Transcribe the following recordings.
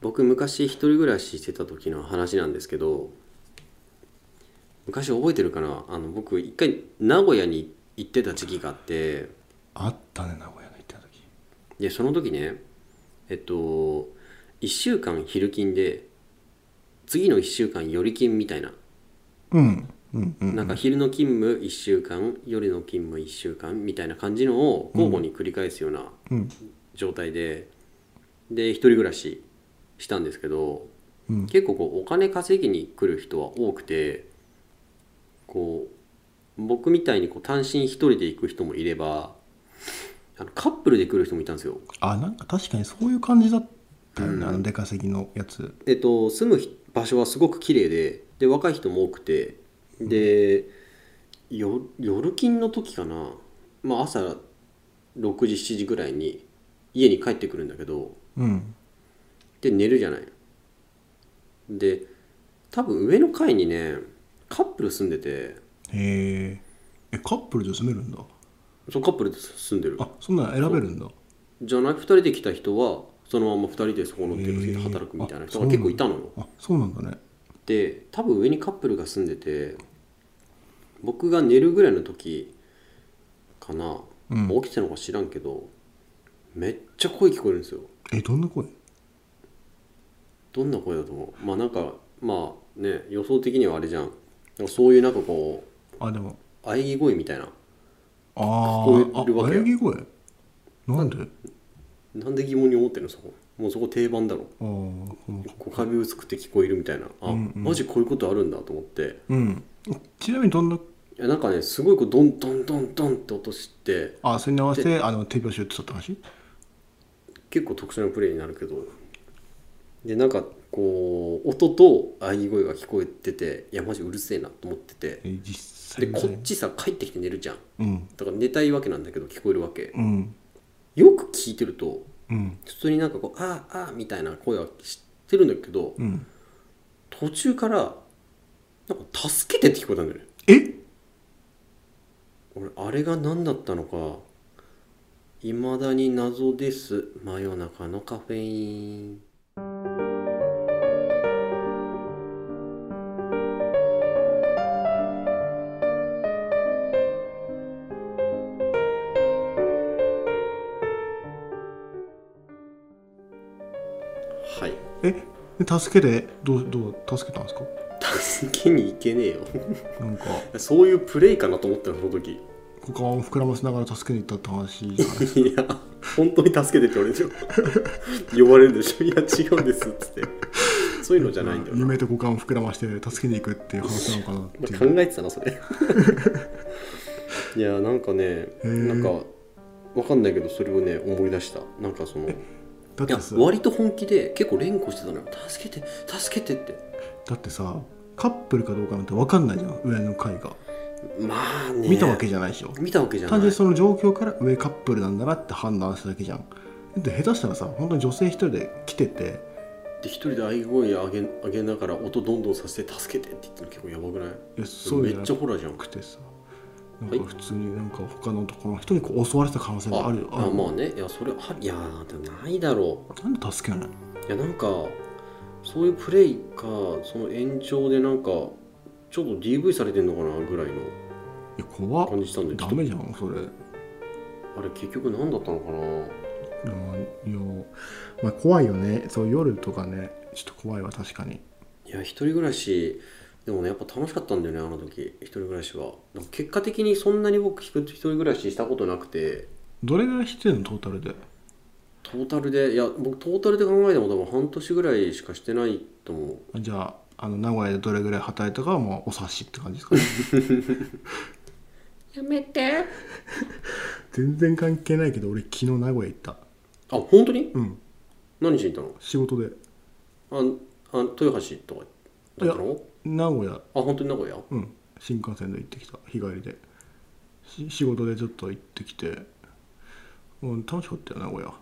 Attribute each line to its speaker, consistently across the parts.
Speaker 1: 僕昔一人暮らししてた時の話なんですけど昔覚えてるかなあの僕一回名古屋に行ってた時期があって
Speaker 2: あったね名古屋の行った時
Speaker 1: でその時ねえっと1週間昼勤で次の1週間夜勤みたいな
Speaker 2: うんうんうん
Speaker 1: なんか昼の勤務1週間夜の勤務1週間みたいな感じのを交互に繰り返すような
Speaker 2: うん
Speaker 1: 状態で、で一人暮らししたんですけど、
Speaker 2: うん
Speaker 1: 結構こうお金稼ぎに来る人は多くてこう僕みたいにこう単身一人で行く人もいればあのカップルで来る人もいたんですよ。
Speaker 2: あなんか確かにそういう感じだったよね、あの出稼ぎのやつ
Speaker 1: えっと、住む場所はすごく綺麗でで若い人も多くてで、よ夜勤の時かな、まあ、朝6時7時ぐらいに家に帰ってくるんだけど
Speaker 2: うん
Speaker 1: で寝るじゃないで多分上の階にねカップル住んでて
Speaker 2: へええカップルで住めるんだ
Speaker 1: そのカップルで住んでる
Speaker 2: あそんなの選べるんだ
Speaker 1: じゃなく2人で来た人はそのまま2人でそこの手をつけて働くみたいな人が結構いたのよ、
Speaker 2: あそうなんだね
Speaker 1: で多分上にカップルが住んでて僕が寝るぐらいの時かな、
Speaker 2: うん
Speaker 1: 起きてたのか知らんけどめっちゃ声聞こえるんですよ
Speaker 2: えどんな声
Speaker 1: どんな声だと思うまあなんかまあね予想的にはあれじゃんなんかそういうなんかこ
Speaker 2: あでも
Speaker 1: う喘ぎ声みたいな
Speaker 2: あー
Speaker 1: 聞こ
Speaker 2: あ
Speaker 1: えるわけよ
Speaker 2: 喘ぎ声なんで
Speaker 1: なんで疑問に思ってるのそこもうそこ定番だろ
Speaker 2: ああーこの
Speaker 1: こう壁薄くて聞こえるみたいなあ、
Speaker 2: うんうん
Speaker 1: マジこういうことあるんだと思って
Speaker 2: うんちなみにどんない
Speaker 1: やなんかねすごいこうドンドンドンドンって音して
Speaker 2: あそれに合わせてあの手拍子打ってたって話
Speaker 1: 結構特殊なプレーになるけどでなんかこう音と喘ぎ声が聞こえてていやマジうるせえなと思ってて
Speaker 2: え実
Speaker 1: で
Speaker 2: 際
Speaker 1: こっちさ帰ってきて寝るじゃん
Speaker 2: うん
Speaker 1: だから寝たいわけなんだけど聞こえるわけ
Speaker 2: うん
Speaker 1: よく聞いてると
Speaker 2: うん
Speaker 1: 普通になんかこう「あーあー」みたいな声は知ってるんだけど
Speaker 2: うん
Speaker 1: 途中からなんか「助けて」って聞こえたんだよね
Speaker 2: え
Speaker 1: 俺あれが何だったのかいまだに謎です真夜中のカフェインはい
Speaker 2: えで助けてどうどう助けたんですか
Speaker 1: 助けに行けねえよ
Speaker 2: なんか
Speaker 1: そういうプレイかなと思ったのその時
Speaker 2: 股間を膨らませながら助けに行ったって話じゃない
Speaker 1: いや本当に助けてって俺でしょ呼ばれるでしょいや違うんですっつってそういうのじゃないんだよな、ま
Speaker 2: 夢と股間を膨らまして助けに行くっていう話なのかなってい
Speaker 1: あ
Speaker 2: う
Speaker 1: 考えてたなそ れいやなんかね
Speaker 2: ー
Speaker 1: なんかわかんないけどそれをね思い出したなんかそのい
Speaker 2: だって
Speaker 1: や
Speaker 2: さ
Speaker 1: 割と本気で結構連呼してたのよ助けて助けてって
Speaker 2: だってさカップルかどうかなんて分かんないじゃん上の階が
Speaker 1: まあね
Speaker 2: 見たわけ
Speaker 1: じ
Speaker 2: じゃないでしょ
Speaker 1: ゃ見たわけじゃない
Speaker 2: 単純にその状況から上カップルなんだなって判断しただけじゃんで下手したらさ本当に女性一人で来てて
Speaker 1: で一人で愛声上げ上げながら音どんどんさせて助けてって言ってるの結構やばくない
Speaker 2: いやそう
Speaker 1: め
Speaker 2: じゃ
Speaker 1: っ
Speaker 2: な
Speaker 1: ちゃホラーじゃん
Speaker 2: くてさな
Speaker 1: はい
Speaker 2: んか普通になんか他の男の人にこう襲われてた可能性があるよ
Speaker 1: あまあねいやそれはいやでもないだろ
Speaker 2: なんで助けないの
Speaker 1: ういやなんかそういうプレイかその延長でなんかちょっと DV されてんのかなぐらいの
Speaker 2: いや怖っ
Speaker 1: 感じしたんでちょ
Speaker 2: ダ
Speaker 1: っと
Speaker 2: メじゃんそれ
Speaker 1: あれ結局何だったのかな
Speaker 2: うんいや、まあ、怖いよねそう夜とかねちょっと怖いわ確かに
Speaker 1: いや一人暮らしでもねやっぱ楽しかったんだよねあの時一人暮らしはでも結果的にそんなに僕一人暮らししたことなくて
Speaker 2: どれぐらいしてんのトータルで
Speaker 1: トータルでいや僕トータルで考えても多分半年ぐらいしかしてないと思う
Speaker 2: あじゃああの名古屋でどれぐらい働いたかはもうお察しって感じですかね
Speaker 3: やめて。
Speaker 2: 全然関係ないけど俺昨日名古屋行った
Speaker 1: あ本当に
Speaker 2: うん
Speaker 1: 何しに行っ
Speaker 2: 仕事で
Speaker 1: たのああ豊橋とかだったの
Speaker 2: 名古屋
Speaker 1: あ本当に名古屋
Speaker 2: うん新幹線で行ってきた日帰りでし仕事でちょっと行ってきて、うん、楽しかったよ名古屋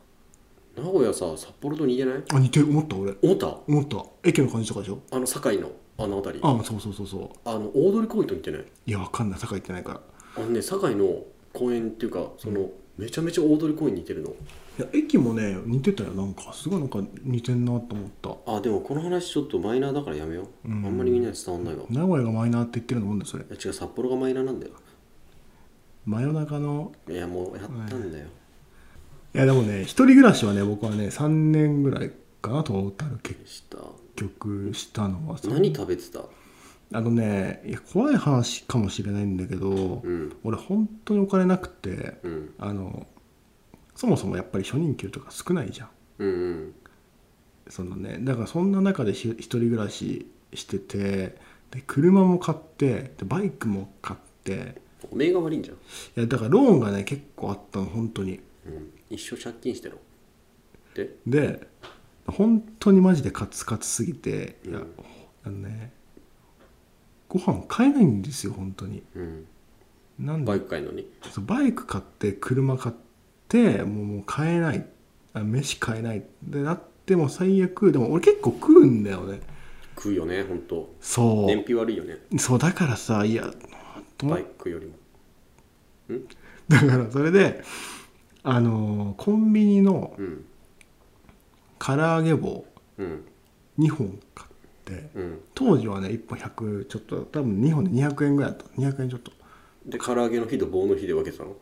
Speaker 1: 名古屋さ札幌と似てない
Speaker 2: あ似てる思った俺
Speaker 1: 思った
Speaker 2: 思った駅の感じとかでしょ
Speaker 1: あの堺のあの辺りあ
Speaker 2: あそうそうそうそう
Speaker 1: の大通公園と似てない
Speaker 2: いやわかんない坂行ってないから
Speaker 1: あのね堺の公園っていうかその、めちゃめちゃ大通公園に似てるの
Speaker 2: いや駅もね似てたよなんかすごいなんか似てんなと思った
Speaker 1: あでもこの話ちょっとマイナーだからやめよう、
Speaker 2: うん
Speaker 1: あんまりみんなに伝わんないわ、い
Speaker 2: 名古屋がマイナーって言ってるのもんだよそれ
Speaker 1: や違う札幌がマイナーなんだよ
Speaker 2: 真夜中の
Speaker 1: いやもうやったんだよ、
Speaker 2: いやでもね一人暮らしはね僕はね3年ぐらいかなトータル結
Speaker 1: した
Speaker 2: 局したのはさ
Speaker 1: 何食べてた
Speaker 2: あのねいや怖い話かもしれないんだけど、
Speaker 1: うん
Speaker 2: 俺本当にお金なくて
Speaker 1: うん
Speaker 2: あのそもそもやっぱり初任給とか少ないじゃん
Speaker 1: うんうん
Speaker 2: そのねだからそんな中でひ一人暮らししててで車も買ってでバイクも買って
Speaker 1: おめえが悪いんじゃん、
Speaker 2: いやだからローンがね結構あったの本当に
Speaker 1: うん、一生借金してろで
Speaker 2: で本当にマジでカツカツすぎていや、
Speaker 1: うん
Speaker 2: あのねご飯買えないんですよ本当に
Speaker 1: うん
Speaker 2: なんで
Speaker 1: バイク買いのに
Speaker 2: そうバイク買って車買ってもうもう買えないあ飯買えないでなっても最悪でも俺結構食うんだよね
Speaker 1: 食うよね本当
Speaker 2: そ
Speaker 1: 燃費悪いよね
Speaker 2: うそうだからさいやと
Speaker 1: バイクよりも
Speaker 2: だからそれであのーコンビニの
Speaker 1: うん
Speaker 2: 唐揚げ棒
Speaker 1: うん
Speaker 2: 2本買って
Speaker 1: うん
Speaker 2: 当時はね1本100ちょっと多分2本で200円ぐらいだった200円ちょっと
Speaker 1: で唐揚げの日と棒の日で分けてたの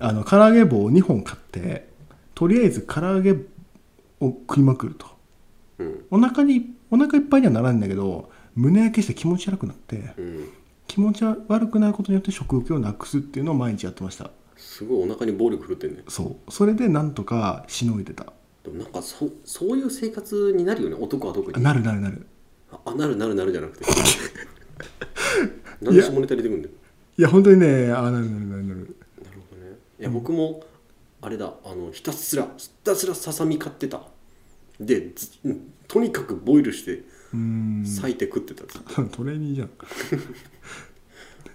Speaker 2: あの唐揚げ棒を2本買ってとりあえず唐揚げを食いまくると
Speaker 1: うん
Speaker 2: お腹にお腹いっぱいにはならないんだけど胸焼けして気持ち悪くなって
Speaker 1: うん
Speaker 2: 気持ち悪くなることによって食欲をなくすっていうのを毎日やってました
Speaker 1: すごいお腹に暴力振るってんね
Speaker 2: そうそれでなんとかしのいでた
Speaker 1: でもなんかそそういう生活になるよね男は特
Speaker 2: あ
Speaker 1: に
Speaker 2: なるなるなる
Speaker 1: あなるなるなるじゃな くてなんで下ネタ出てくるんだよ
Speaker 2: いや本当にねあなるなるなるなる
Speaker 1: なるほどねいや僕もあれだあのひたすらひたすらささみ買ってたでずうんとにかくボイルして
Speaker 2: うーん
Speaker 1: 裂いて食ってたずっ
Speaker 2: トレーニーじゃん
Speaker 1: と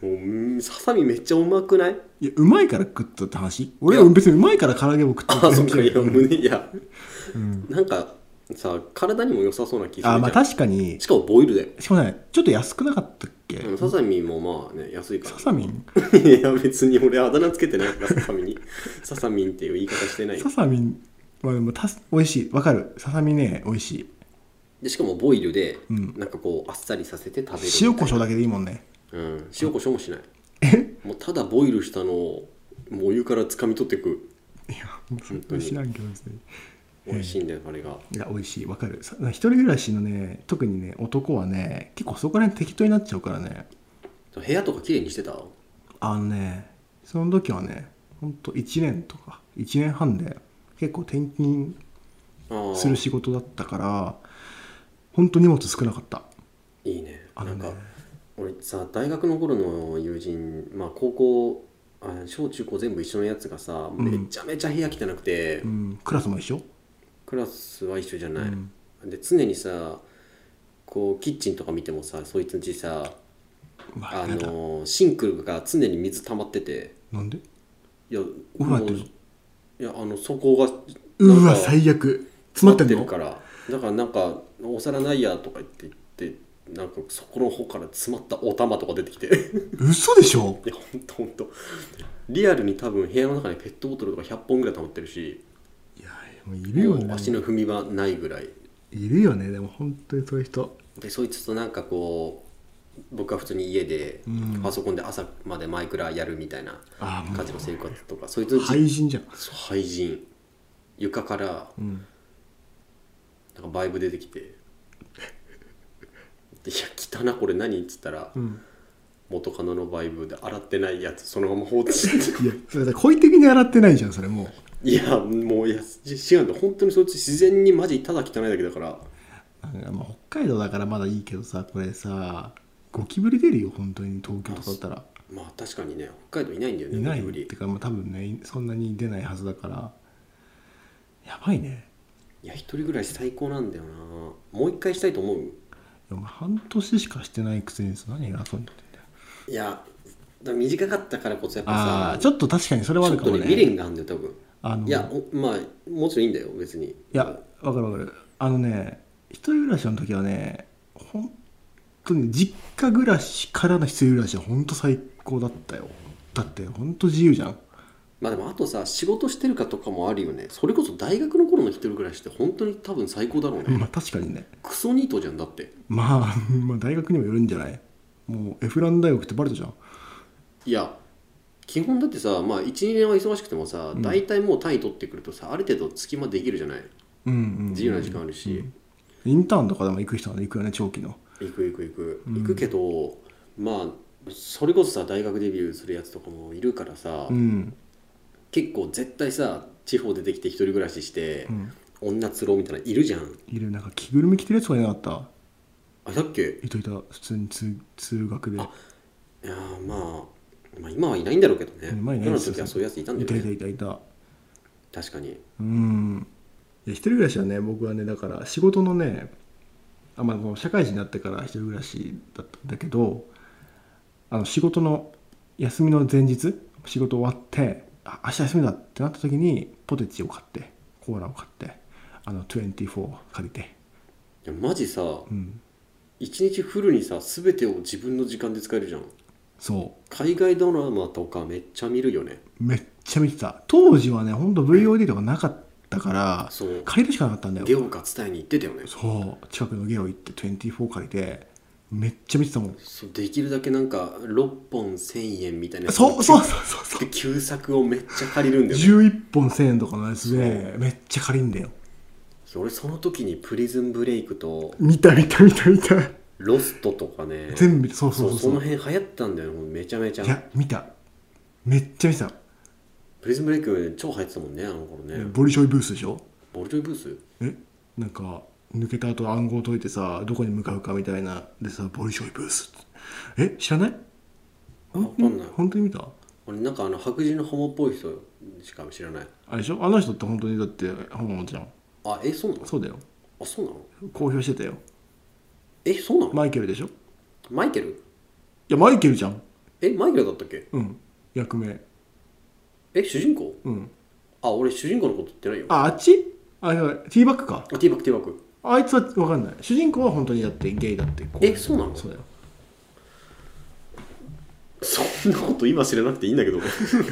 Speaker 1: もううんささみめっちゃうまくない
Speaker 2: いや うまいから食ったって話俺は別にうまいから唐揚げを食ったって
Speaker 1: あそっかいや
Speaker 2: う
Speaker 1: 胸いや
Speaker 2: ん、
Speaker 1: なんかさ体にも良さそうな気するじゃ
Speaker 2: あ
Speaker 1: ん
Speaker 2: まあ確かに
Speaker 1: しかもボイルだよ
Speaker 2: しかもねちょっと安くなかったっけ、
Speaker 1: うんささみもまあね安いか
Speaker 2: ささみん
Speaker 1: ら いや別に俺あだ名つけてないからささみ にささみんっていう言い方してないよ
Speaker 2: ささみんはでもたす美味しいわかるささみね美味し
Speaker 1: でしかもボイルで
Speaker 2: うん
Speaker 1: なんかこうあっさりさせて食べる
Speaker 2: い塩コショウだけでいいもんね
Speaker 1: うん、塩コショウもしないもうただボイルしたのをもうお湯から掴み取っていく
Speaker 2: いや
Speaker 1: 本当
Speaker 2: 美
Speaker 1: に
Speaker 2: 味しいなけどですね
Speaker 1: 美味しいんだよあれが
Speaker 2: いや美味しいわかるさ一人暮らしのね特にね男はね結構そこら辺適当になっちゃうからね
Speaker 1: 部屋とか綺麗にしてたあ
Speaker 2: あのねその時はねほんと1年とか1年半で結構転勤
Speaker 1: ー
Speaker 2: する仕事だったからほんと荷物少なかった
Speaker 1: いいね
Speaker 2: あ
Speaker 1: な
Speaker 2: の
Speaker 1: ん
Speaker 2: ね
Speaker 1: か俺さ大学の頃の友人まあ高校あ小中高全部一緒のやつがさ、
Speaker 2: ん
Speaker 1: めちゃめちゃ部屋汚くて、
Speaker 2: うんクラスも一緒
Speaker 1: クラスは一緒じゃない、
Speaker 2: うん
Speaker 1: で常にさこうキッチンとか見てもさそいつんちさ
Speaker 2: うわ
Speaker 1: あ
Speaker 2: やだ
Speaker 1: のシンクが常に水溜まってて
Speaker 2: なんで
Speaker 1: いや
Speaker 2: お風呂入って
Speaker 1: も
Speaker 2: る
Speaker 1: う
Speaker 2: の
Speaker 1: いやあの底がなん
Speaker 2: う
Speaker 1: か
Speaker 2: わ最悪詰まってんの
Speaker 1: るからだからなんか「お皿ないや」とか言って言ってなんかそこの方から詰まったお玉とか出てきてい
Speaker 2: 嘘でしょ
Speaker 1: やほんとほんとリアルに多分部屋の中にペットボトルとか100本ぐらい溜まってるし
Speaker 2: いやもういるよ
Speaker 1: もう
Speaker 2: ね
Speaker 1: 足の踏み場ないぐらい
Speaker 2: いるよねでも本当にそういう人
Speaker 1: でそいつとなんかこう僕は普通に家で
Speaker 2: うん
Speaker 1: パソコンで朝までマイクラやるみたいな
Speaker 2: ああも
Speaker 1: 感
Speaker 2: う
Speaker 1: じの生活とかそいつの
Speaker 2: 廃人じゃん、
Speaker 1: そう廃人床から
Speaker 2: うん、
Speaker 1: なんかバイブ出てきて「でいや汚なこれ何?」っつったら「
Speaker 2: ん
Speaker 1: 元カノのバイブで洗ってないやつそのまま放置して
Speaker 2: いやそれだ故意的に洗ってないじゃんそれもう
Speaker 1: いやもういや違うんだ本当にそいつ自然にマジただ汚いだけだから
Speaker 2: なんかまあ北海道だからまだいいけどさこれさゴキブリ出るよ本当に東京とかだったら
Speaker 1: まあ確かにね北海道いないんだよね
Speaker 2: いない
Speaker 1: ゴキブ
Speaker 2: っ
Speaker 1: リ
Speaker 2: てか、まあ、多分ねそんなに出ないはずだからやばいね
Speaker 1: いや一人ぐらい最高なんだよなもう一回したいと思う
Speaker 2: でも半年しかしてないくせにさ何偉そうに言ってんだよ
Speaker 1: いやだから短かったからこそやっ
Speaker 2: あ
Speaker 1: ぱ
Speaker 2: あ
Speaker 1: さ
Speaker 2: ちょっと確かにそれはあ
Speaker 1: ちょっ
Speaker 2: るか
Speaker 1: と
Speaker 2: も
Speaker 1: ね
Speaker 2: ね
Speaker 1: 未練があるんだよ多分
Speaker 2: あの
Speaker 1: いやおまあもちろんいいんだよ別に
Speaker 2: いやわかるわかるあのね一人暮らしの時はね本当に実家暮らしからの一人暮らしは本当最高だったよだって本当自由じゃん
Speaker 1: まあでもあとさ仕事してるかとかもあるよねそれこそ大学の頃の一人暮らしって本当に多分最高だろうね
Speaker 2: まあ確かにね
Speaker 1: クソニートじゃんだって
Speaker 2: まあまあ大学にもよるんじゃないもうエフラン大学ってバレたじゃん
Speaker 1: いや基本だってさまあ12年は忙しくてもさ大体もう単位取ってくるとさある程度隙間できるじゃない
Speaker 2: うんうん
Speaker 1: 自由な時間あるし、
Speaker 2: インターンとかでも行く人は行くよね長期の
Speaker 1: 行く行く行く、行くけどまあそれこそさ大学デビューするやつとかもいるからさ、
Speaker 2: うん
Speaker 1: 結構絶対さ地方出てきて一人暮らしして
Speaker 2: う、ん
Speaker 1: 女つろうみたいないるじゃん
Speaker 2: いるなんか着ぐるみ着てるやつがいなかった
Speaker 1: あだっけ
Speaker 2: いといた普通に通通学で
Speaker 1: あいやーまあ、まあ今はいないんだろうけどね
Speaker 2: うん前いない
Speaker 1: 今
Speaker 2: で
Speaker 1: の
Speaker 2: すよ
Speaker 1: 時はそういうやついたん
Speaker 2: い
Speaker 1: だ
Speaker 2: た
Speaker 1: よ
Speaker 2: いた
Speaker 1: ね
Speaker 2: いたいた
Speaker 1: 確かに
Speaker 2: うんいや一人暮らしはね僕はねだから仕事のねあ、まあ、この社会人になってから一人暮らしだったんだけどあの仕事の休みの前日仕事終わってあ明日休みだってなった時にポテチを買ってコーラを買ってあの24借りて
Speaker 1: いやマジさ
Speaker 2: うん
Speaker 1: 一日フルにさ全てを自分の時間で使えるじゃん
Speaker 2: そう
Speaker 1: 海外ドラマとかめっちゃ見るよね
Speaker 2: めっちゃ見てた当時はねほんと VOD とかなかったから
Speaker 1: そう
Speaker 2: 借りるしかなかったんだ
Speaker 1: ゲ
Speaker 2: よ
Speaker 1: オが伝えに行ってたよね
Speaker 2: そう近くのゲオ行って24借りてめっちゃ見てたもん
Speaker 1: そうできるだけなんか6本1000円みたいな
Speaker 2: そうそうそうそうそう
Speaker 1: で旧作をめっちゃ借りるんだよね
Speaker 2: 11本1000円とかのやつでめっちゃ借りんだよ
Speaker 1: 俺その時にプリズンブレイクと
Speaker 2: 見た見た見た見た
Speaker 1: ロストとかね
Speaker 2: 全部見たそう
Speaker 1: そう
Speaker 2: そそうう
Speaker 1: そ
Speaker 2: そ
Speaker 1: の
Speaker 2: う
Speaker 1: 辺流行ったんだよねもうめちゃめち
Speaker 2: い
Speaker 1: ゃ
Speaker 2: や見ためっちゃ見てた、
Speaker 1: プリズンブレイク超流行ってたもんねあの頃ね
Speaker 2: ボリショイブースでしょ
Speaker 1: ボルジョイブース
Speaker 2: えなんか抜けた後暗号解いてさどこに向かうかみたいなでさボリショイブースえ知らない
Speaker 1: わかんない
Speaker 2: 本当に見た
Speaker 1: 俺なんかあの白人のホモっぽい人しか知らない
Speaker 2: あれでしょあの人って本当にだってホモじゃん
Speaker 1: あえそうなの
Speaker 2: そうだよ
Speaker 1: あそうなの
Speaker 2: 公表してたよ
Speaker 1: えそうなの
Speaker 2: マイケルでしょい
Speaker 1: マイケル
Speaker 2: やマイケルじゃん
Speaker 1: えマイケルだったっけ
Speaker 2: うん役名
Speaker 1: え主人公
Speaker 2: うん
Speaker 1: あ俺主人公のこと言ってないよあ
Speaker 2: ああっちあいやティーバックか
Speaker 1: ティーバックティーバック
Speaker 2: あいつは分かんない主人公は本当にだってゲイだってこ
Speaker 1: えそうなの
Speaker 2: そうだよ
Speaker 1: そんなこと今知らなくていいんだけど
Speaker 2: ティ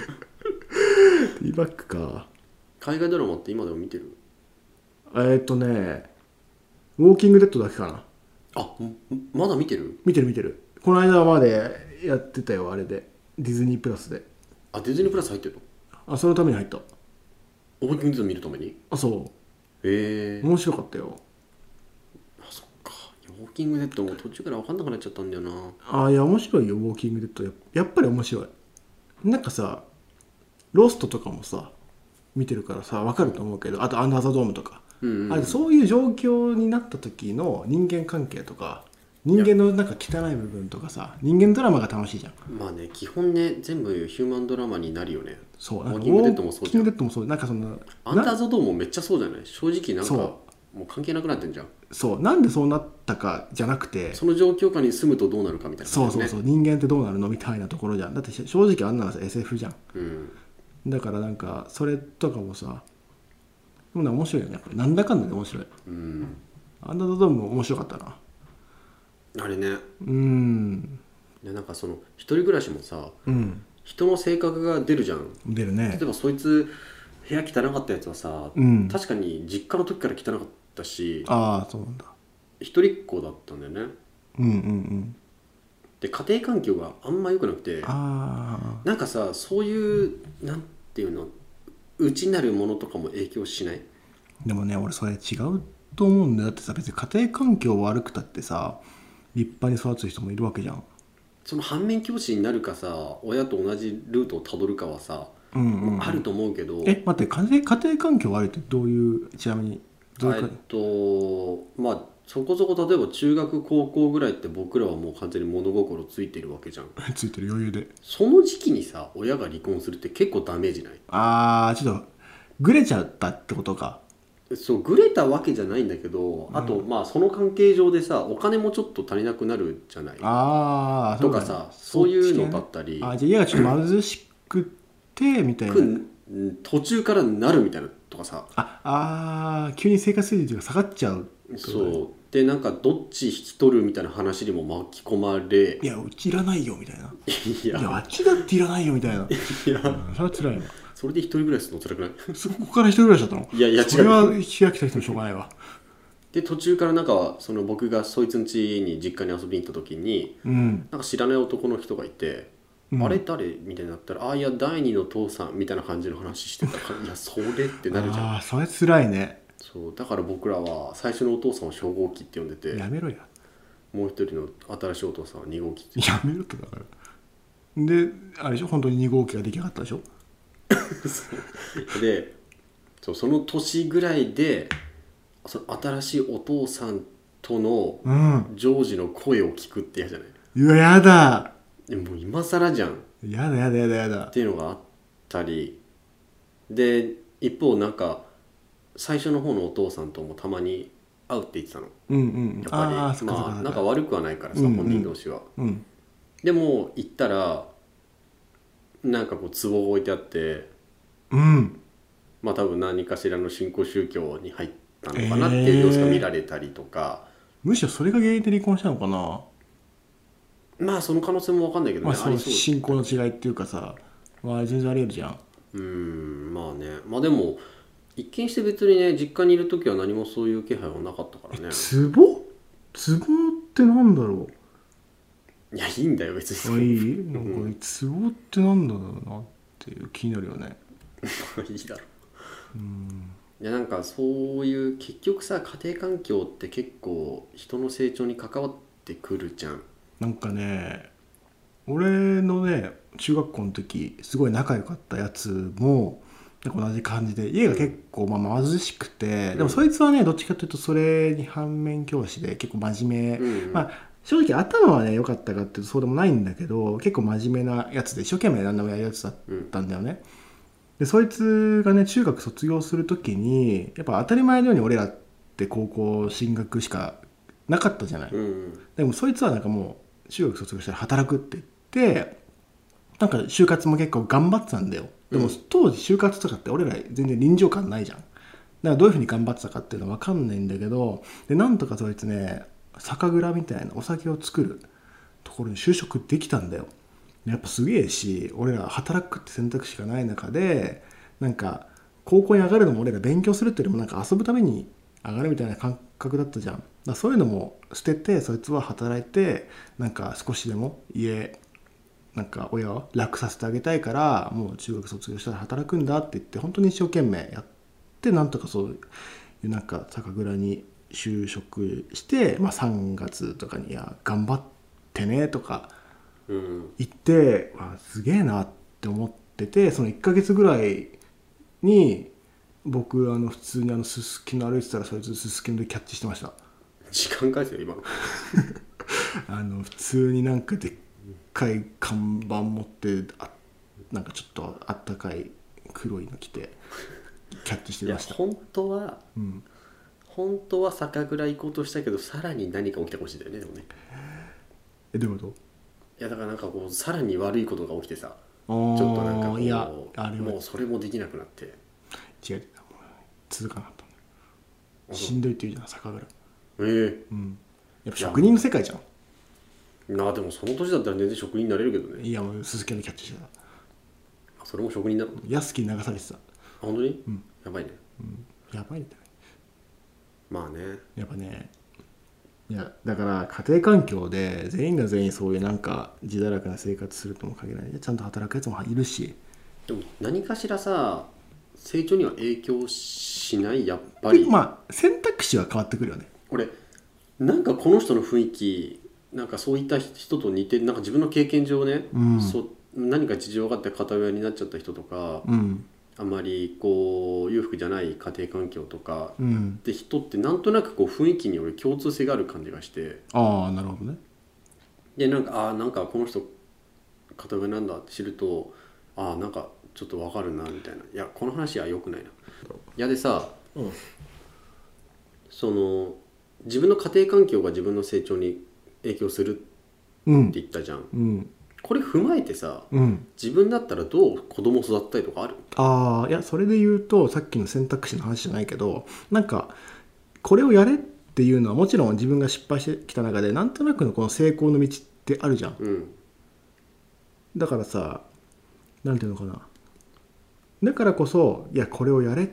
Speaker 2: ーバックか
Speaker 1: 海外ドラマって今でも見てる
Speaker 2: えーっとねウォーキングデッドだけかな
Speaker 1: あんまだ見てる
Speaker 2: 見てる見てるこの間までやってたよあれでディズニープラスで
Speaker 1: あディズニープラス入ってるの
Speaker 2: あそのために入った
Speaker 1: オーキングズ見るために
Speaker 2: あそ
Speaker 1: え
Speaker 2: う面白かったよ
Speaker 1: あそっかウォーキングデッドも途中から分かんなくなっちゃったんだよな
Speaker 2: あーいや面白いよウォーキングデッドややっぱり面白いなんかさロストとかもさ見てるからさ分かると思うけどあとアンダーザドームとか、
Speaker 1: うん、うん、
Speaker 2: あれそういう状況になった時の人間関係とか人間のなんか汚い部分とかさ人間ドラマが楽しいじゃん
Speaker 1: まあね基本ね全部ヒューマンドラマになるよね
Speaker 2: そうなんか
Speaker 1: ウォーキングデッドもそう
Speaker 2: ウォー
Speaker 1: じ
Speaker 2: キ
Speaker 1: ゃ
Speaker 2: ン
Speaker 1: ん
Speaker 2: グデッドもそうなんかその
Speaker 1: アンダ
Speaker 2: な
Speaker 1: ーザドームもめっちゃそうじゃない正直なんか
Speaker 2: そう
Speaker 1: もう関係なくなってんじゃん
Speaker 2: そうなんでそうなったかじゃなくて
Speaker 1: その状況下に住むとどうなるかみたいな
Speaker 2: そう
Speaker 1: 感じ
Speaker 2: そ
Speaker 1: ね、
Speaker 2: うそう人間ってどうなるのみたいなところじゃんだってし正直あんなのさ SF じゃん
Speaker 1: うん、
Speaker 2: だからなんかそれとかもさでもね面白いよねやっぱりなんだかんだで面白い
Speaker 1: うん、
Speaker 2: アンダードームも面白かったな
Speaker 1: あれね
Speaker 2: うん
Speaker 1: でなんかその一人暮らしもさ
Speaker 2: うん
Speaker 1: 人の性格が出るじゃん
Speaker 2: 出るね
Speaker 1: 例えばそいつ部屋汚かったやつはさ、
Speaker 2: うん
Speaker 1: 確かに実家の時から汚かったし
Speaker 2: ああそうなんだ
Speaker 1: 一人っ子だったんだよね
Speaker 2: うんうんうん
Speaker 1: で家庭環境があんま良くなくて
Speaker 2: ああ
Speaker 1: なんかさそういうなんていうの内なるものとかも影響しない
Speaker 2: でもね俺それ違うと思うんだよだってさ別に家庭環境悪くたってさ立派に育つ人もいるわけじゃん
Speaker 1: その反面教師になるかさ親と同じルートをたどるかはさ、
Speaker 2: うんうん
Speaker 1: あると思うけど
Speaker 2: え待って家庭家庭環境悪いってどういうちなみにどういう
Speaker 1: え
Speaker 2: か
Speaker 1: っとまあそこそこ例えば中学高校ぐらいって僕らはもう完全に物心ついてるわけじゃん
Speaker 2: ついてる余裕で
Speaker 1: その時期にさ親が離婚するって結構ダメージな
Speaker 2: ああちょっとグレちゃったってことか
Speaker 1: いそうグレたわけじゃないんだけど、あとまあその関係上でさお金もちょっと足りなくなるじゃない
Speaker 2: ああ
Speaker 1: とかさそういうのだったり
Speaker 2: あじゃあ家がちょっと貧しくてみたいな
Speaker 1: くん途中からなるみたいなとかさ
Speaker 2: ああー急に生活水準が下がっちゃうってことね
Speaker 1: そうでなんかどっち引き取るみたいな話にも巻き込まれ
Speaker 2: いやうちいらないよみたいない
Speaker 1: いや
Speaker 2: やあっちだっていらないよみたいない
Speaker 1: や
Speaker 2: うんそれは辛いわ
Speaker 1: それで一人暮らしするの辛くない
Speaker 2: そこから一人暮らしだったの
Speaker 1: いやいや
Speaker 2: それは
Speaker 1: 違
Speaker 2: 引き飽きた人もしょうがないわ
Speaker 1: で途中からなんかその僕がそいつん家に実家に遊びに行った時に
Speaker 2: うん
Speaker 1: なんか知らない男の人がいて「
Speaker 2: うん
Speaker 1: あれ誰?」みたいになったら「あいや第二の父さん」みたいな感じの話してた から「いやそれ」ってなるじゃん
Speaker 2: ああーそれつらいね
Speaker 1: そうだから僕らは最初のお父さんを初号機って呼んでて
Speaker 2: やめろや
Speaker 1: もう一人の新しいお父さんは2号機って
Speaker 2: やめろってだからであれでしょ本当に2号機が出来上がったでしょ
Speaker 1: で そうその年ぐらいでその新しいお父さんとの
Speaker 2: うん
Speaker 1: ジョージの声を聞くって嫌じゃないう
Speaker 2: わやだ
Speaker 1: でもう今更じゃんっ
Speaker 2: やだやだやだやだ
Speaker 1: ていうのがあったりで一方なんか最初の方のお父さんともたまに会うって言ってたの
Speaker 2: うんうん
Speaker 1: やっぱり
Speaker 2: ああそっかそっか
Speaker 1: ま
Speaker 2: そ
Speaker 1: あ
Speaker 2: っ
Speaker 1: なん
Speaker 2: か
Speaker 1: か悪くはないからさ、
Speaker 2: うんうん
Speaker 1: 本人同士は
Speaker 2: うん
Speaker 1: でも行ったらなんかこう壺が置いてあって
Speaker 2: うん
Speaker 1: まあ多分何かしらの新興宗教に入ったのかなっていう様子が見られたりとか、
Speaker 2: むしろそれが原因で離婚したのかな
Speaker 1: まあその可能性も分かんないけど
Speaker 2: ま
Speaker 1: ね、
Speaker 2: あ
Speaker 1: あ
Speaker 2: そ
Speaker 1: り
Speaker 2: の
Speaker 1: そう
Speaker 2: 信仰の違いっていうかさまあ全然ありえるじゃん
Speaker 1: うんまあねまあでも一見して別にね実家にいる時は何もそういう気配はなかったからね
Speaker 2: ツボツボってなんだろう
Speaker 1: いやいいんだよ別
Speaker 2: あ
Speaker 1: に
Speaker 2: いいなんかツボってなんだろうなっていう気になるよね
Speaker 1: そういいだろ
Speaker 2: うん
Speaker 1: いやなんかそういう結局さ家庭環境って結構人の成長に関わってくるじゃん
Speaker 2: なんかね俺のね中学校の時すごい仲良かったやつもなんか同じ感じで家が結構まあ貧しくて、
Speaker 1: うん
Speaker 2: でもそいつはねどっちかというとそれに反面教師で結構真面目、
Speaker 1: うん
Speaker 2: まあ正直頭はね良かったかっていうとそうでもないんだけど結構真面目なやつで一生懸命何でもやるやつだっ
Speaker 1: うん
Speaker 2: たんだよね。でそいつがね中学卒業する時にやっぱ当たり前のように俺らって高校進学しかなかったじゃない。
Speaker 1: うん
Speaker 2: でもそいつはなんかもう中学卒業したら働くって言ってなんか就活も結構頑張ってたんだよで
Speaker 1: う
Speaker 2: も
Speaker 1: ん
Speaker 2: 当時就活とかって俺ら全然臨場感ないじゃんだからどういうふうに頑張ってたかっていうのは分かんないんだけどでなんとかそいつね酒蔵みたいなお酒を作るところに就職できたんだよやっぱすげえし俺ら働くって選択肢がない中でなんか高校に上がるのも俺ら勉強するっていうよりもなんか遊ぶために上がるみたいな感覚だったじゃんだからそういうのも捨ててそいつは働いてなんか少しでも家なんか親を楽させてあげたいからもう中学卒業したら働くんだって言って本当に一生懸命やってなんとかそういうなんか酒蔵に就職して、まあ、3月とかに「いや頑張ってね」とか
Speaker 1: うん
Speaker 2: 行ってわあすげえなって思っててその1ヶ月ぐらいに僕あの普通にあのすすきの歩いてたらそいつすすきのでキャッチしてました
Speaker 1: 時間返せよ今の
Speaker 2: あの普通になんかでっかい看板持ってあなんかちょっとあったかい黒いの着てキャッチして
Speaker 1: いや
Speaker 2: ました
Speaker 1: 本当は
Speaker 2: うん、
Speaker 1: 本当は酒蔵行こうとしたけどさらに何か起きたかもしれないよねでもね
Speaker 2: えどういうこと
Speaker 1: いやだからなんかこうさらに悪いことが起きてさ
Speaker 2: ち
Speaker 1: ちょっとなんかこう
Speaker 2: いやあれは
Speaker 1: もうそれもできなくなって
Speaker 2: 違う違うもう続かなかったしんどいって言うじゃん酒蔵
Speaker 1: ええ
Speaker 2: うんやっぱ職人の世界じゃん
Speaker 1: なあでもその年だったら全然職人になれるけどね
Speaker 2: いやもうすすきのキャッチしてた
Speaker 1: あそれも職人だろあ
Speaker 2: 安きに流されてた
Speaker 1: 本当に、
Speaker 2: うん
Speaker 1: やばいね
Speaker 2: やばいんだよね
Speaker 1: まあね
Speaker 2: やっぱねいやだから家庭環境で全員が全員そういうなんか自堕落な生活するとも限らないちゃんと働くやつもいるし
Speaker 1: でも何かしらさ成長には影響しないやっぱり、
Speaker 2: まあ選択肢は変わってくるよね
Speaker 1: 俺なんかこの人の雰囲気なんかそういった人と似てなんか自分の経験上ね、
Speaker 2: うん
Speaker 1: そ何か事情があって片親になっちゃった人とか、
Speaker 2: うん
Speaker 1: あまりこう裕福じゃない家庭環境とか、
Speaker 2: うん
Speaker 1: で人ってなんとなくこう雰囲気による共通性がある感じがして
Speaker 2: ああなるほどね
Speaker 1: でなんかあーなんかこの人片親なんだって知るとあーなんかちょっとわかるなみたいないやこの話は良くないないやでさ
Speaker 2: うん
Speaker 1: その自分の家庭環境が自分の成長に影響するって
Speaker 2: うん
Speaker 1: 言ったじゃん
Speaker 2: うん
Speaker 1: これ踏まえてさ
Speaker 2: うん
Speaker 1: 自分だったらどう子供育ったりとかある
Speaker 2: ああいやそれで言うとさっきの選択肢の話じゃないけどなんかこれをやれっていうのはもちろん自分が失敗してきた中でなんとなくのこの成功の道ってあるじゃん
Speaker 1: うん
Speaker 2: だからさなんていうのかなだからこそいやこれをやれ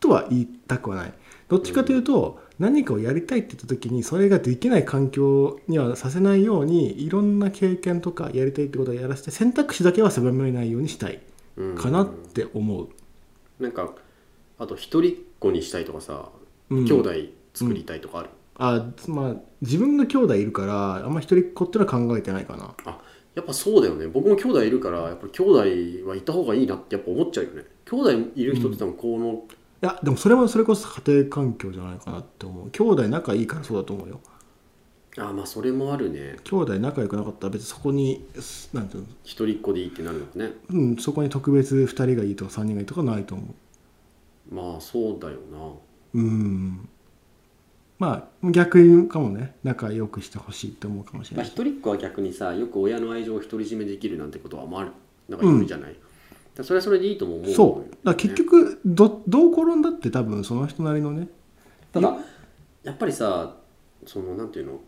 Speaker 2: とは言いたくはないどっちかというと、何かをやりたいって言った時にそれができない環境にはさせないようにいろんな経験とかやりたいってことはやらせて選択肢だけは狭めないようにしたい
Speaker 1: うん
Speaker 2: かなって思う、
Speaker 1: なんかあと一人っ子にしたいとかさ、
Speaker 2: うん
Speaker 1: 兄弟作りたいとかある、
Speaker 2: あまあ自分が兄弟いるからあんま一人っ子ってのは考えてないかな
Speaker 1: あやっぱそうだよね僕も兄弟いるからやっぱり兄弟はいた方がいいなってやっぱ思っちゃうよね兄弟いる人って多分この、
Speaker 2: いやでもそれもそれこそ家庭環境じゃないかなって思う兄弟仲いいからそうだと思うよ
Speaker 1: あまあそれもあるね
Speaker 2: 兄弟仲良くなかったら別にそこにすなんていうの、
Speaker 1: 一人っ子でいいってなるのかね
Speaker 2: うん、そこに特別2人がいいとか3人がいいとかないと思
Speaker 1: まあそうだよな
Speaker 2: ううんまあ逆にかもね仲良くしてほしいって思うかもしれ
Speaker 1: ま
Speaker 2: な
Speaker 1: あ、
Speaker 2: いし、
Speaker 1: 一人っ子は逆にさよく親の愛情を独り占めできるなんてことはまあなんか言うじゃない、だからそれはそれでいいとも思うよ
Speaker 2: そうだから結局どどう転んだって多分その人なりのね
Speaker 1: ただやっぱりさそのなんていうの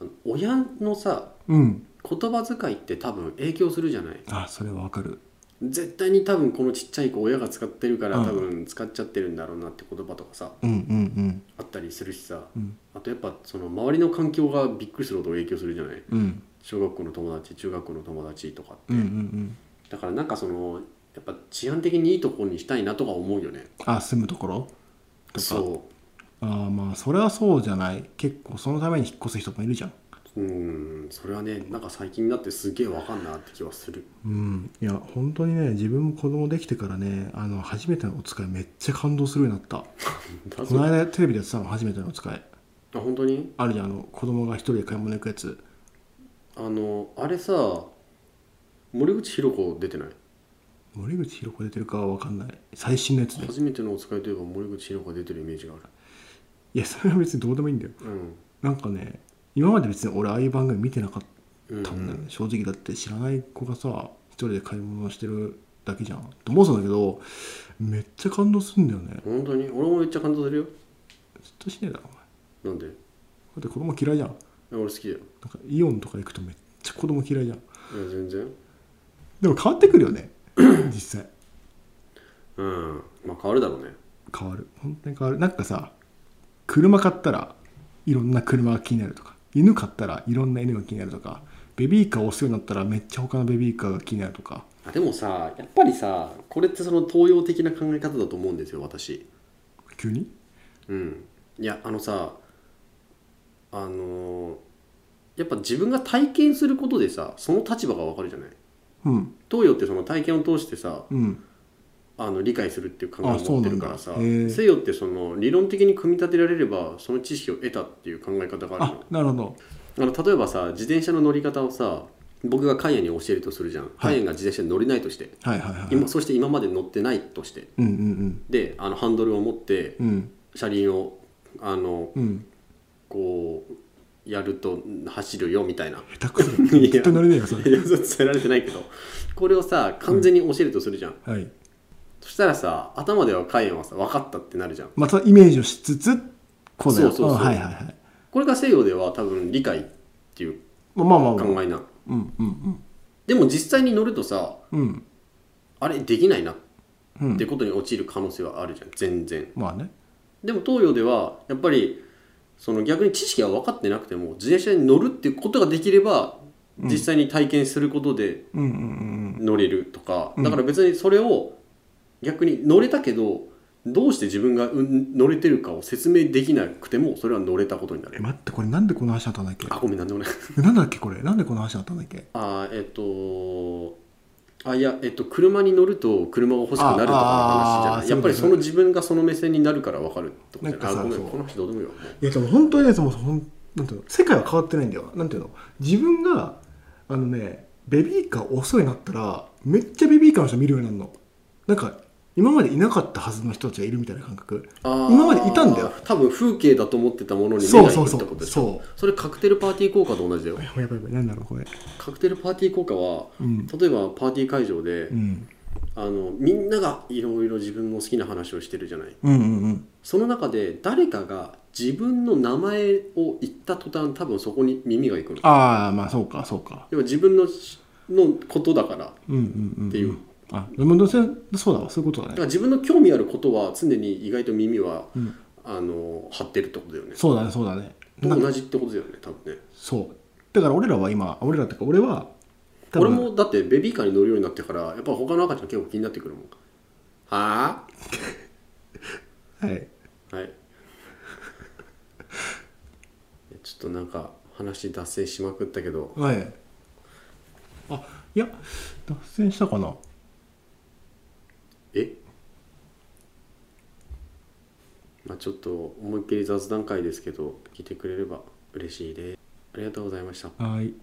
Speaker 1: あの親のさ
Speaker 2: うん
Speaker 1: 言葉遣いって多分影響するじゃない
Speaker 2: あそれはわかる
Speaker 1: 絶対に多分このちっちゃい子親が使ってるから
Speaker 2: うん
Speaker 1: 多分使っちゃってるんだろうなって言葉とかさ
Speaker 2: うんうん
Speaker 1: あったりするしさ
Speaker 2: うん
Speaker 1: あとやっぱその周りの環境がびっくりするほど影響するじゃない
Speaker 2: うんうん
Speaker 1: 小学校の友達中学校の友達とかって、
Speaker 2: うんうんうん
Speaker 1: だからなんかそのやっぱ治安的にいいとこにしたいなとか思うよね
Speaker 2: あ住むところとか
Speaker 1: そ
Speaker 2: ああまあそれはそうじゃない結構そのために引っ越す人もいるじゃん
Speaker 1: ううんそれはねなんか最近になってすげえわかんなって気は する
Speaker 2: うんいや本当にね自分も子供できてからねあの初めてのお使いめっちゃ感動するようになった
Speaker 1: だ
Speaker 2: この間テレビでやってたの初めてのお使い
Speaker 1: あ本当に
Speaker 2: あるじゃんあの子供が一人で買い物行くやつ
Speaker 1: あのあれさ森口博子出てない
Speaker 2: 森口博子出てるかは分かんない最新のやつで
Speaker 1: 初めてのお使いといえば森口博子が出てるイメージがあ
Speaker 2: いやそれは別にどうでもいいんだよ
Speaker 1: るうん
Speaker 2: なんかね今まで別に俺ああいう番組見てなかったんだよね、
Speaker 1: う
Speaker 2: 正直だって知らない子がさ一人で買い物してるだけじゃんと思ってたんだけどめっちゃ感動するんだよね
Speaker 1: 本当に俺もめっちゃ感動するよ
Speaker 2: ずっとしねえだろお前だ
Speaker 1: なんでい
Speaker 2: って子供嫌いじゃんなん
Speaker 1: や俺好きだよ
Speaker 2: かイオンとか行くとめっちゃ子供嫌いじゃん
Speaker 1: いや全然
Speaker 2: でも変わってくるよね実際
Speaker 1: うんまあ変わるだろうね
Speaker 2: 変わる本当に変わるなんかさ車買ったらいろんな車が気になるとか犬買ったらいろんな犬が気になるとかベビーカーを押すようになったらめっちゃ他のベビーカーが気になるとか
Speaker 1: あでもさやっぱりさこれってその東洋的な考え方だと思うんですよ私
Speaker 2: 急に
Speaker 1: うんいやあのさあのーやっぱ自分が体験することでさその立場がわかるじゃない
Speaker 2: うん
Speaker 1: 東洋ってその体験を通してさ
Speaker 2: うん
Speaker 1: あの理解するっていう考えを
Speaker 2: あそ
Speaker 1: 持
Speaker 2: う
Speaker 1: って
Speaker 2: なん
Speaker 1: る
Speaker 2: だ
Speaker 1: からさ
Speaker 2: へー
Speaker 1: 西洋ってその理論的に組み立てられればその知識を得たっていう考え方がある
Speaker 2: あなるほど
Speaker 1: のあの例えばさ自転車の乗り方をさ僕がカイエンに教えるとするじゃん、カイエンが自転車に乗れないとして
Speaker 2: はいはいはい
Speaker 1: 今そして今まで乗ってないとして
Speaker 2: うんうん
Speaker 1: であのハンドルを持って
Speaker 2: うんうん
Speaker 1: 車輪をあの
Speaker 2: うん
Speaker 1: こうやると走るよみたいな
Speaker 2: 下手くそだよ
Speaker 1: いや
Speaker 2: 絶対乗れねえよそれ
Speaker 1: いやそう伝えられてないけどこれをさ完全に教えるとするじゃん、
Speaker 2: はい
Speaker 1: そしたらさ頭ではカイエンはさ分かったってなるじゃん
Speaker 2: またイメージをしつつこうだよ
Speaker 1: そうそうそうん
Speaker 2: はいはいはい
Speaker 1: これが西洋では多分理解っていう
Speaker 2: まあまあまあ、
Speaker 1: 考
Speaker 2: まあ、
Speaker 1: えなの
Speaker 2: うんうん
Speaker 1: でも実際に乗るとさ
Speaker 2: うんうん
Speaker 1: あれできないなっ
Speaker 2: うん
Speaker 1: てことに陥る可能性はあるじゃん全然
Speaker 2: まあね
Speaker 1: でも東洋ではやっぱりその逆に知識が分かってなくても自転車に乗るっていうことができれば実際に体験することで
Speaker 2: うんうんうん
Speaker 1: 乗れるとか、
Speaker 2: うん
Speaker 1: だから別にそれを逆に乗れたけどどうして自分がうん乗れてるかを説明できなくてもそれは乗れたことにな
Speaker 2: え
Speaker 1: る
Speaker 2: 待ってこれなんでこの話だったんだっけ
Speaker 1: あごめんなんでもない
Speaker 2: えなんだっけこれなんでこの話だったんだっけ
Speaker 1: あーえっとあいやえっと車に乗ると車が欲しくなるとかの話じゃ
Speaker 2: あーあ
Speaker 1: な
Speaker 2: ー
Speaker 1: いやっぱり
Speaker 2: そ
Speaker 1: そう
Speaker 2: いうこ
Speaker 1: の
Speaker 2: とね
Speaker 1: 自分がその目線になるから分かるってことじゃないあ
Speaker 2: なん
Speaker 1: ご
Speaker 2: かさ
Speaker 1: めん
Speaker 2: そう
Speaker 1: この話どうでもいいわ
Speaker 2: いやでも本当にねそのほんなんていうの世界は変わってないんだよなんていうの自分があのねベビーカー遅いなったらめっちゃベビーカーの人見るようになるのなんか今までいなかったはずの人たちがいるみたいな感覚
Speaker 1: あー
Speaker 2: 今までいたんだよ
Speaker 1: 多分風景だと思ってたものに目
Speaker 2: そ
Speaker 1: が
Speaker 2: う
Speaker 1: 行く
Speaker 2: そう
Speaker 1: っ
Speaker 2: そ
Speaker 1: てこと
Speaker 2: う
Speaker 1: でしょ
Speaker 2: そ
Speaker 1: それカクテルパーティー効果と同じだよ
Speaker 2: うやばいやばいやばいなんだろうこれ
Speaker 1: カクテルパーティー効果は
Speaker 2: うん
Speaker 1: 例えばパーティー会場で、
Speaker 2: うん
Speaker 1: あのみんながいろいろ自分の好きな話をしてるじゃない
Speaker 2: うんうんうん
Speaker 1: その中で誰かが自分の名前を言った途端多分そこに耳が行くの
Speaker 2: ああまあそうかそうか
Speaker 1: 要は自分のしのことだからっ
Speaker 2: うんうんうん
Speaker 1: ていう
Speaker 2: あでもどうせそうだわそういうことだ
Speaker 1: だから
Speaker 2: ね
Speaker 1: 自分の興味あることは常に意外と耳は、
Speaker 2: ん
Speaker 1: あの張ってるってことだよね
Speaker 2: そうだねそうだね
Speaker 1: と
Speaker 2: なんか
Speaker 1: 同じってことだよね多分ね
Speaker 2: そうだから俺らは今俺らってか俺は多
Speaker 1: 俺
Speaker 2: 分
Speaker 1: もだってベビーカーに乗るようになってからやっぱ他の赤ちゃん結構気になってくるもんは
Speaker 2: はい
Speaker 1: あはいちょっとなんか話脱線しまくったけど
Speaker 2: はいあいや脱線したかな
Speaker 1: えまあちょっと思いっきり雑談会ですけど聞いてくれれば嬉しいですありがとうございました
Speaker 2: はい